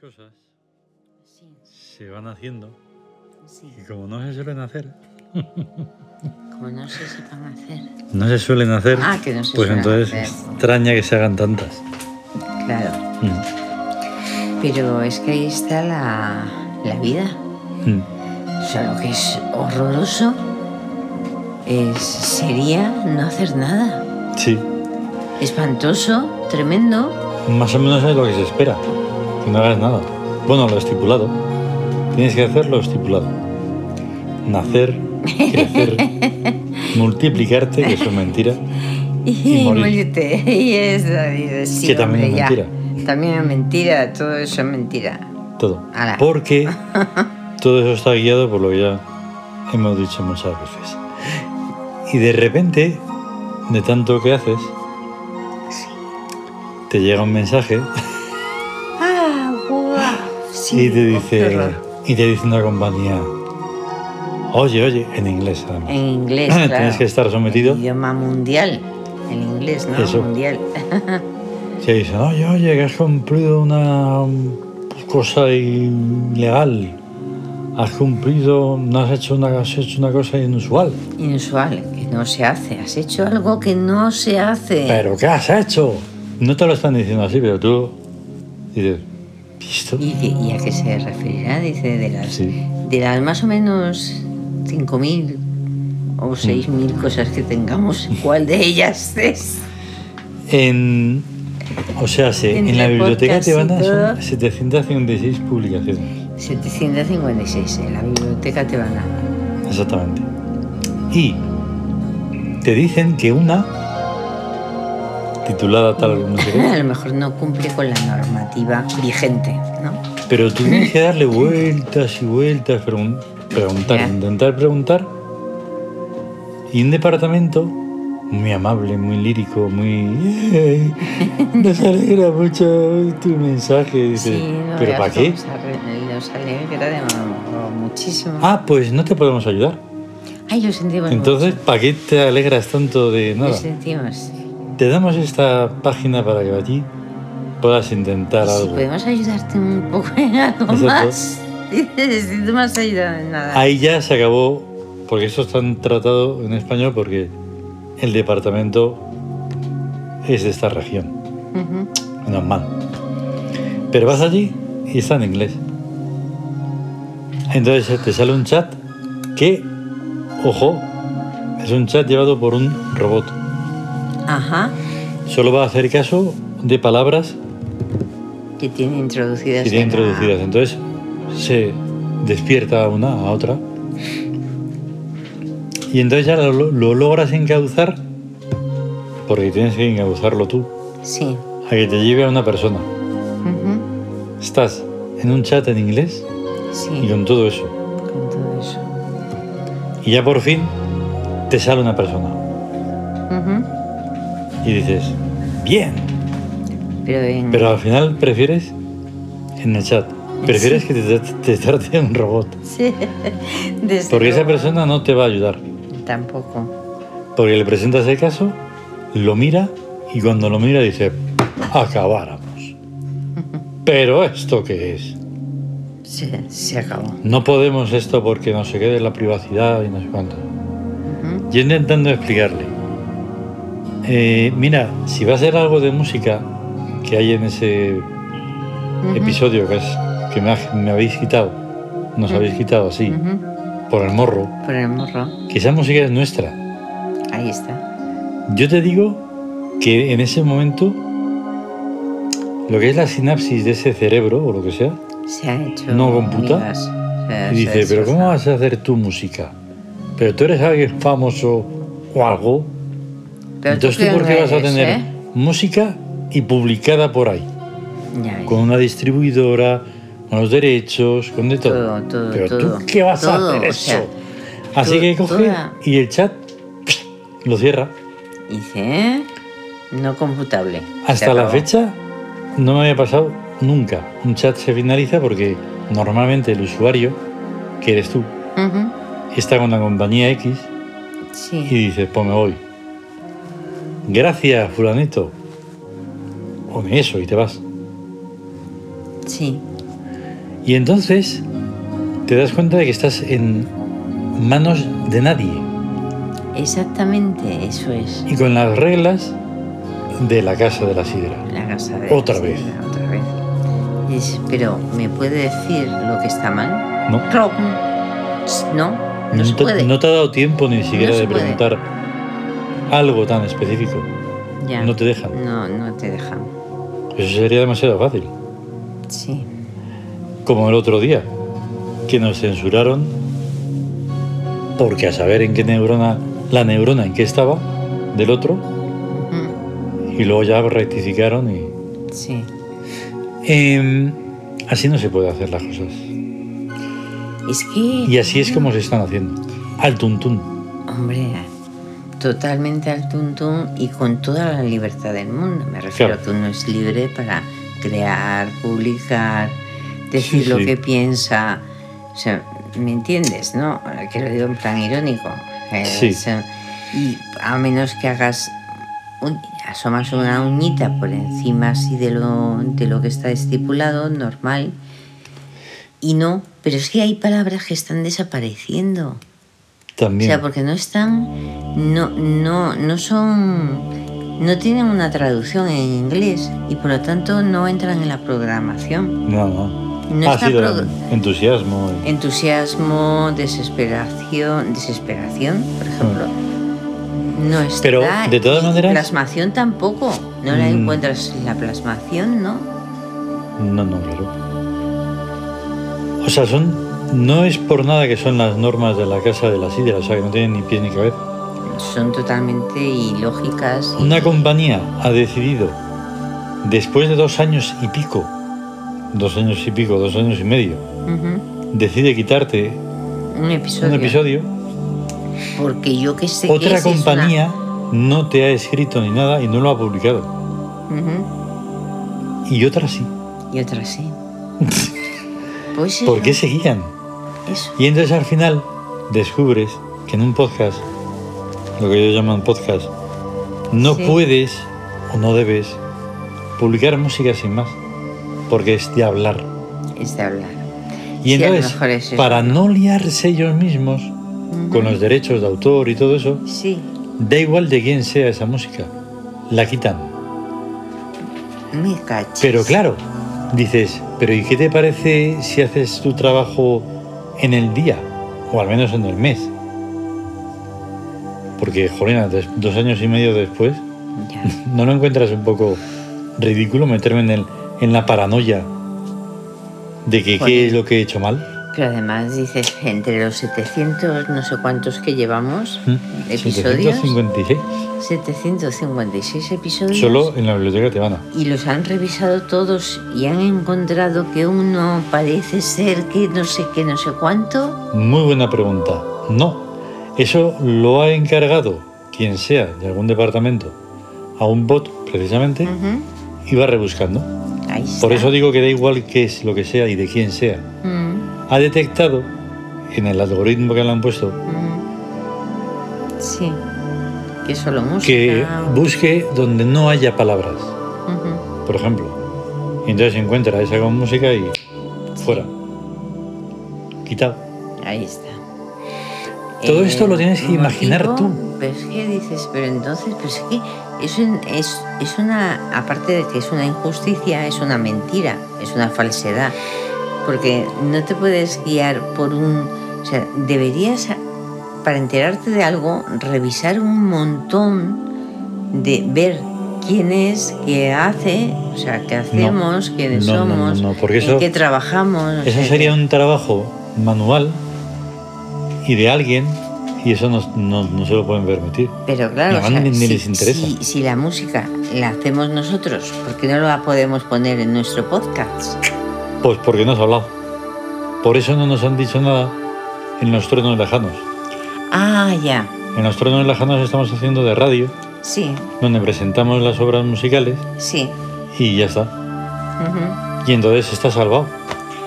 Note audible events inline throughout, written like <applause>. cosas Sí, se van haciendo sí. y como no se suelen hacer, Como no sé si van a hacer. no se suelen hacer, Ah, que no se pues suelen entonces hacer. extraña que se hagan tantas. Claro. Mm, Pero es que ahí está la, la vida. mm. O sea, lo que es horroroso es, sería no hacer nada. Sí, Espantoso, tremendo. más o menos es lo que se espera, que no hagas nada. Bueno, lo estipulado. Tienes que hacer lo estipulado. Nacer, <laughs> crecer, multiplicarte, que eso es mentira. Y, morir. morirte. <laughs> Y eso, digo, sí, Que también hombre, es ya. También es mentira, todo eso es mentira. Todo. Ala. <laughs> Porque todo eso está guiado por lo que ya hemos dicho muchas veces. Y de repente, de tanto que haces, te llega un mensaje Ah, guau. Sí, y te oh, qué dice horror. y te dice una compañía. Oye, oye, en inglés además. En <laughs> inglés, Tienes claro. que estar sometido. El idioma mundial. El inglés, ¿no? Eso. Mundial. Se dicen, oye, oye, que has cumplido una cosa ilegal. Has cumplido, no has hecho una, has hecho una cosa inusual. Inusual, que no se hace. Has hecho algo que no se hace. ¿Pero qué has hecho? No te lo están diciendo así, pero tú dices, ¿visto? ¿Y, qué- y a qué se referirá? Dice, de las, Sí. de las más o menos 5.000 o Mm. 6.000 cosas <laughs> que tengamos, ¿cuál de ellas es? En, o sea, se- en Entre la biblioteca te van a podcast y son todo. 756 publicaciones. 756, en ¿eh? la biblioteca te van a... Exactamente. Y te dicen que una, titulada tal, no sé qué, <laughs> A lo mejor no cumple con la normativa vigente, ¿no? pero tú tienes que darle vueltas y vueltas, pregun- preguntar, Ya. intentar preguntar. Y un departamento muy amable, muy lírico, muy. "Ay, <laughs> Nos alegra mucho tu mensaje. Dice, no ¿Pero veas para qué? cómo se arre- Nos alegra de mu- muchísimo. Ah, pues no te podemos ayudar. Ay, lo sentimos Entonces, ¿para qué te alegras tanto de mucho, Lo nada? sentimos. Te damos esta página para que allí puedas intentar Si algo. podemos ayudarte un poco en algo Exacto. <laughs> más. Dices, si tú me has ayudado en nada. Ahí ya se acabó, porque eso está tratado en español porque el departamento es de esta región, Ujú. menos mal. Pero vas allí y está en inglés. Entonces te sale un chat que, ojo, es un chat llevado por un robot. Ajá, Solo va a hacer caso de palabras que tiene introducidas. que tiene en la- introducidas. Entonces se despierta una a otra. Y entonces ya lo, lo logras encauzar, porque tienes que encauzarlo tú, Sí. a que te lleve a una persona. ujú, Estás en un chat en inglés y Sí, con todo eso. con todo eso. Y ya por fin te sale una persona. Ujú, Y dices, bien. Pero en. Pero al final prefieres en el chat. Prefieres que te, te trate un robot. <laughs> Sí, desde Porque esa luego, persona no te va a ayudar. Tampoco. Porque le presentas el caso, lo mira y cuando lo mira dice, <laughs> acabáramos. Pero esto qué es? Se, se acabó. No podemos esto porque no se quede la privacidad y no sé cuánto. Ujú, Yo intentando explicarle. "Eh, mira, si va a ser algo de música que hay en ese ujú, episodio que, es, que me, ha- me habéis quitado, nos Ujú. habéis quitado así, ujú, por el morro, Por el morro. que esa música es nuestra. Ahí está. Yo te digo que en ese momento lo que es la sinapsis de ese cerebro o lo que sea, Se ha hecho. ¿No computa? migas, se- y se dice, pero ¿cómo vas destroza. a hacer tu música? Pero tú eres alguien famoso o algo, Pero entonces tú quién por qué vas a eres, tener eh? música y publicada por ahí, Ya, ya. con una distribuidora, con los derechos, con de todo. Todo, todo, pero todo. tú qué vas Todo, a hacer o eso. sea, Así to- que coge toda- y el chat lo cierra. Dice, ¿eh? No computable. Se Hasta la acabó. fecha no me había pasado nunca. Un chat se finaliza porque normalmente el usuario, que eres tú, Ujú, está con la compañía X Sí. y dices, pues me voy. Gracias, "Pues fulanito. O ni eso, y te vas. Sí, Y entonces te das cuenta de que estás en manos de nadie Exactamente, eso es. y con las reglas de la casa de la sidra. La casa de Otra la vez. sidra, Otra vez. Dices, pero ¿me puede decir lo que está mal? No, Rob, tss, No, no, se te, puede. no te ha dado tiempo ni siquiera se de puede. preguntar algo tan específico. Ya. no te dejan. No, no te dejan. Eso Pues sería demasiado fácil. Sí. Como el otro día, que nos censuraron porque a saber en qué neurona, la neurona en qué estaba del otro, Mm, y luego ya rectificaron y... Sí. Em, así no se puede hacer las cosas. Es que. Y así es como se están haciendo. Al tuntún. Hombre, totalmente al tuntún y con toda la libertad del mundo. Me refiero, Claro. tú no es libre para crear, publicar, decir Sí, lo sí. que piensa. O sea, ¿me entiendes? ¿No? Ahora Que lo digo en plan irónico. Eh, Sí. o sea, y a menos que hagas. un- asomas una uñita por encima así de lo, de lo que está estipulado, normal. Y no, pero es que hay palabras que están desapareciendo. O También. sea, porque no están, no, no, no son, no tienen una traducción en inglés y por lo tanto no entran en la programación. No, no. No ha está sido produ- Eh, entusiasmo. y- Entusiasmo, desesperación, desesperación, por ejemplo. No está. Pero, de todas y maneras- Plasmación tampoco. No la Mm. encuentras en la plasmación, ¿no? No, no, claro. O sea, son. No es por nada que son las normas de la casa de la sidra, o sea, que no tienen ni pies ni cabeza. Son totalmente ilógicas. y- Una compañía ha decidido, después de dos años y pico, dos años y pico, dos años y medio, Ujú. decide quitarte Un episodio. un episodio, Porque yo que sé. que otra esa es una- compañía no te ha escrito ni nada y no lo ha publicado. Ujú. Y otra sí. Y <laughs> otra sí. Pues ¿Por qué eso, seguían? eso. Y entonces al final descubres que en un podcast, lo que ellos llaman podcast, no Sí. puedes o no debes publicar música sin más, porque es de hablar. es de hablar. Y Sí, a lo entonces, mejor es eso. para no liarse ellos mismos Ujú. con los derechos de autor y todo eso, Sí, da igual de quién sea esa música, la quitan. me cachis. Pero claro, dices, pero ¿y qué te parece si haces tu trabajo en el día? O al menos en el mes. Porque, jolena, des- dos años y medio después, Ya. ¿no lo encuentras un poco ridículo meterme en, el, en la paranoia de que qué Jolín. es lo que he hecho mal? Pero además dices, entre los 700, no sé cuántos que llevamos, ¿Mm? episodios, 756. 756 episodios, Solo en la biblioteca tebana. y los han revisado todos y han encontrado que uno parece ser que no sé qué, no sé cuánto. Muy buena pregunta. No, eso lo ha encargado quien sea de algún departamento a un bot precisamente Ujú. y va rebuscando. Ahí está. Por eso digo que da igual qué es lo que sea y de quién sea. Mm, Ha detectado en el algoritmo que le han puesto mm. Sí, que solo música. que o- busque donde no haya palabras, Ujú. por ejemplo. Y entonces encuentra esa con música y fuera. Quitado. Ahí está. Eh, Todo esto lo tienes que motivo, imaginar tú. Pero es que dices, pero entonces, pues es que es, un- es, es una, aparte de que es una injusticia, es una mentira, es una falsedad. Porque no te puedes guiar por un. O sea, deberías, para enterarte de algo, revisar un montón de ver quién es, qué hace, o sea, qué hacemos, quiénes No, no, no, somos, no, porque en eso- qué trabajamos. o Eso sea, sería un trabajo manual y de alguien, y eso no, no- no se lo pueden permitir. Pero claro, No, o sea, ni- ni si, les interesa. Si, si la música la hacemos nosotros, ¿por qué no la podemos poner en nuestro podcast? Pues porque no has hablado. Por eso no nos han dicho nada en los truenos lejanos. Ah, ya. En los truenos lejanos estamos haciendo de radio, Sí, donde presentamos las obras musicales sí. y ya está. Ujú. Y entonces está salvado.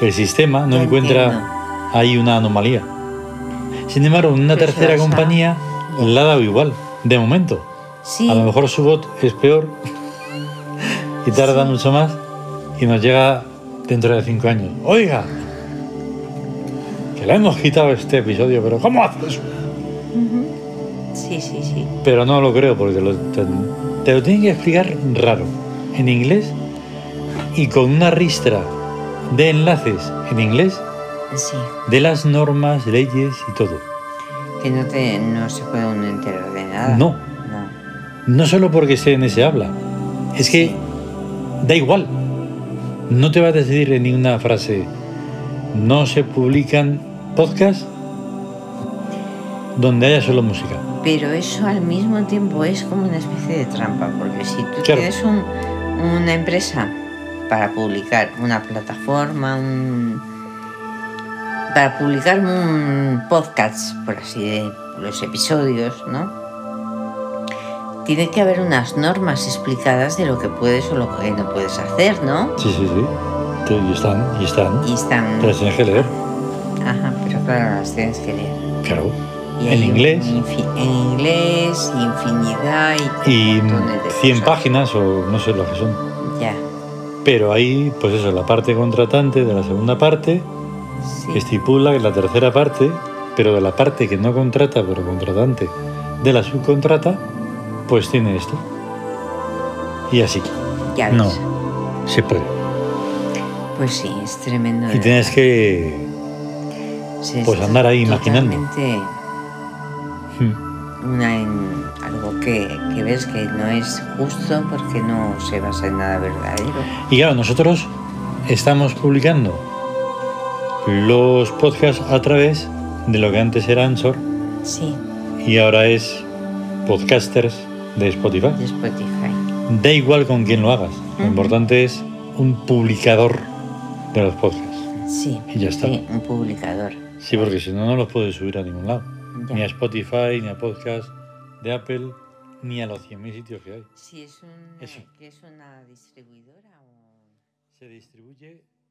El sistema no Ya encuentra entiendo. ahí una anomalía. Sin embargo, una Pero se tercera basa- compañía la ha dado igual, de momento. Sí, A lo mejor su bot es peor y tarda mucho más y nos llega dentro de cinco años. Oiga, Te la hemos quitado este episodio, pero ¿cómo haces? Sí, sí, sí. Pero no lo creo porque lo- te, te lo tienen que explicar raro, en inglés y con una ristra de enlaces en inglés Sí. de las normas, leyes y todo. Que no, te, no se puede uno enterar de nada. No. No. No solo porque esté en ese habla, es que da igual. No te va a decidir en ninguna frase. No se publican podcasts donde haya solo música. Pero eso al mismo tiempo es como una especie de trampa, porque si tú Claro. tienes un- una empresa para publicar una plataforma, un- para publicar un podcast, por así de los episodios, ¿no? Tiene que haber unas normas explicadas de lo que puedes o lo que no puedes hacer, ¿no? Sí, sí, sí. Te- Y están, y están. Y están... Te las tienes que leer, Ajá, pero claro, las tienes que leer. claro. Y En hay un inglés. infi- en inglés, infinidad y... Y montones de 100 cosas. páginas o no sé lo que son. Ya. Pero ahí, pues eso, la parte contratante de la segunda parte Sí. estipula que la tercera parte, pero de la parte que no contrata, pero contratante, de la subcontrata, pues tiene esto. Y así, Ya no. ves. se puede. Pues sí, es tremendo. Y de tienes verdad. que... Se pues, está andar ahí maquinando. totalmente Hmm, Una en algo que, que ves que no es justo porque no se basa en nada verdadero. Y claro, nosotros estamos publicando los podcasts a través de lo que antes era Anchor Sí, y ahora es Podcasters de Spotify. de Spotify. Da igual con quién lo hagas. Lo Ujú. importante es un publicador de los podcasts. Sí. Y ya está. Sí, un publicador. Sí, porque si no, no los puedes subir a ningún lado. Ya. Ni a Spotify, ni a podcast de Apple, ni a los 100.000 sitios que hay. Si es, un, Eso. que es una distribuidora o... Se distribuye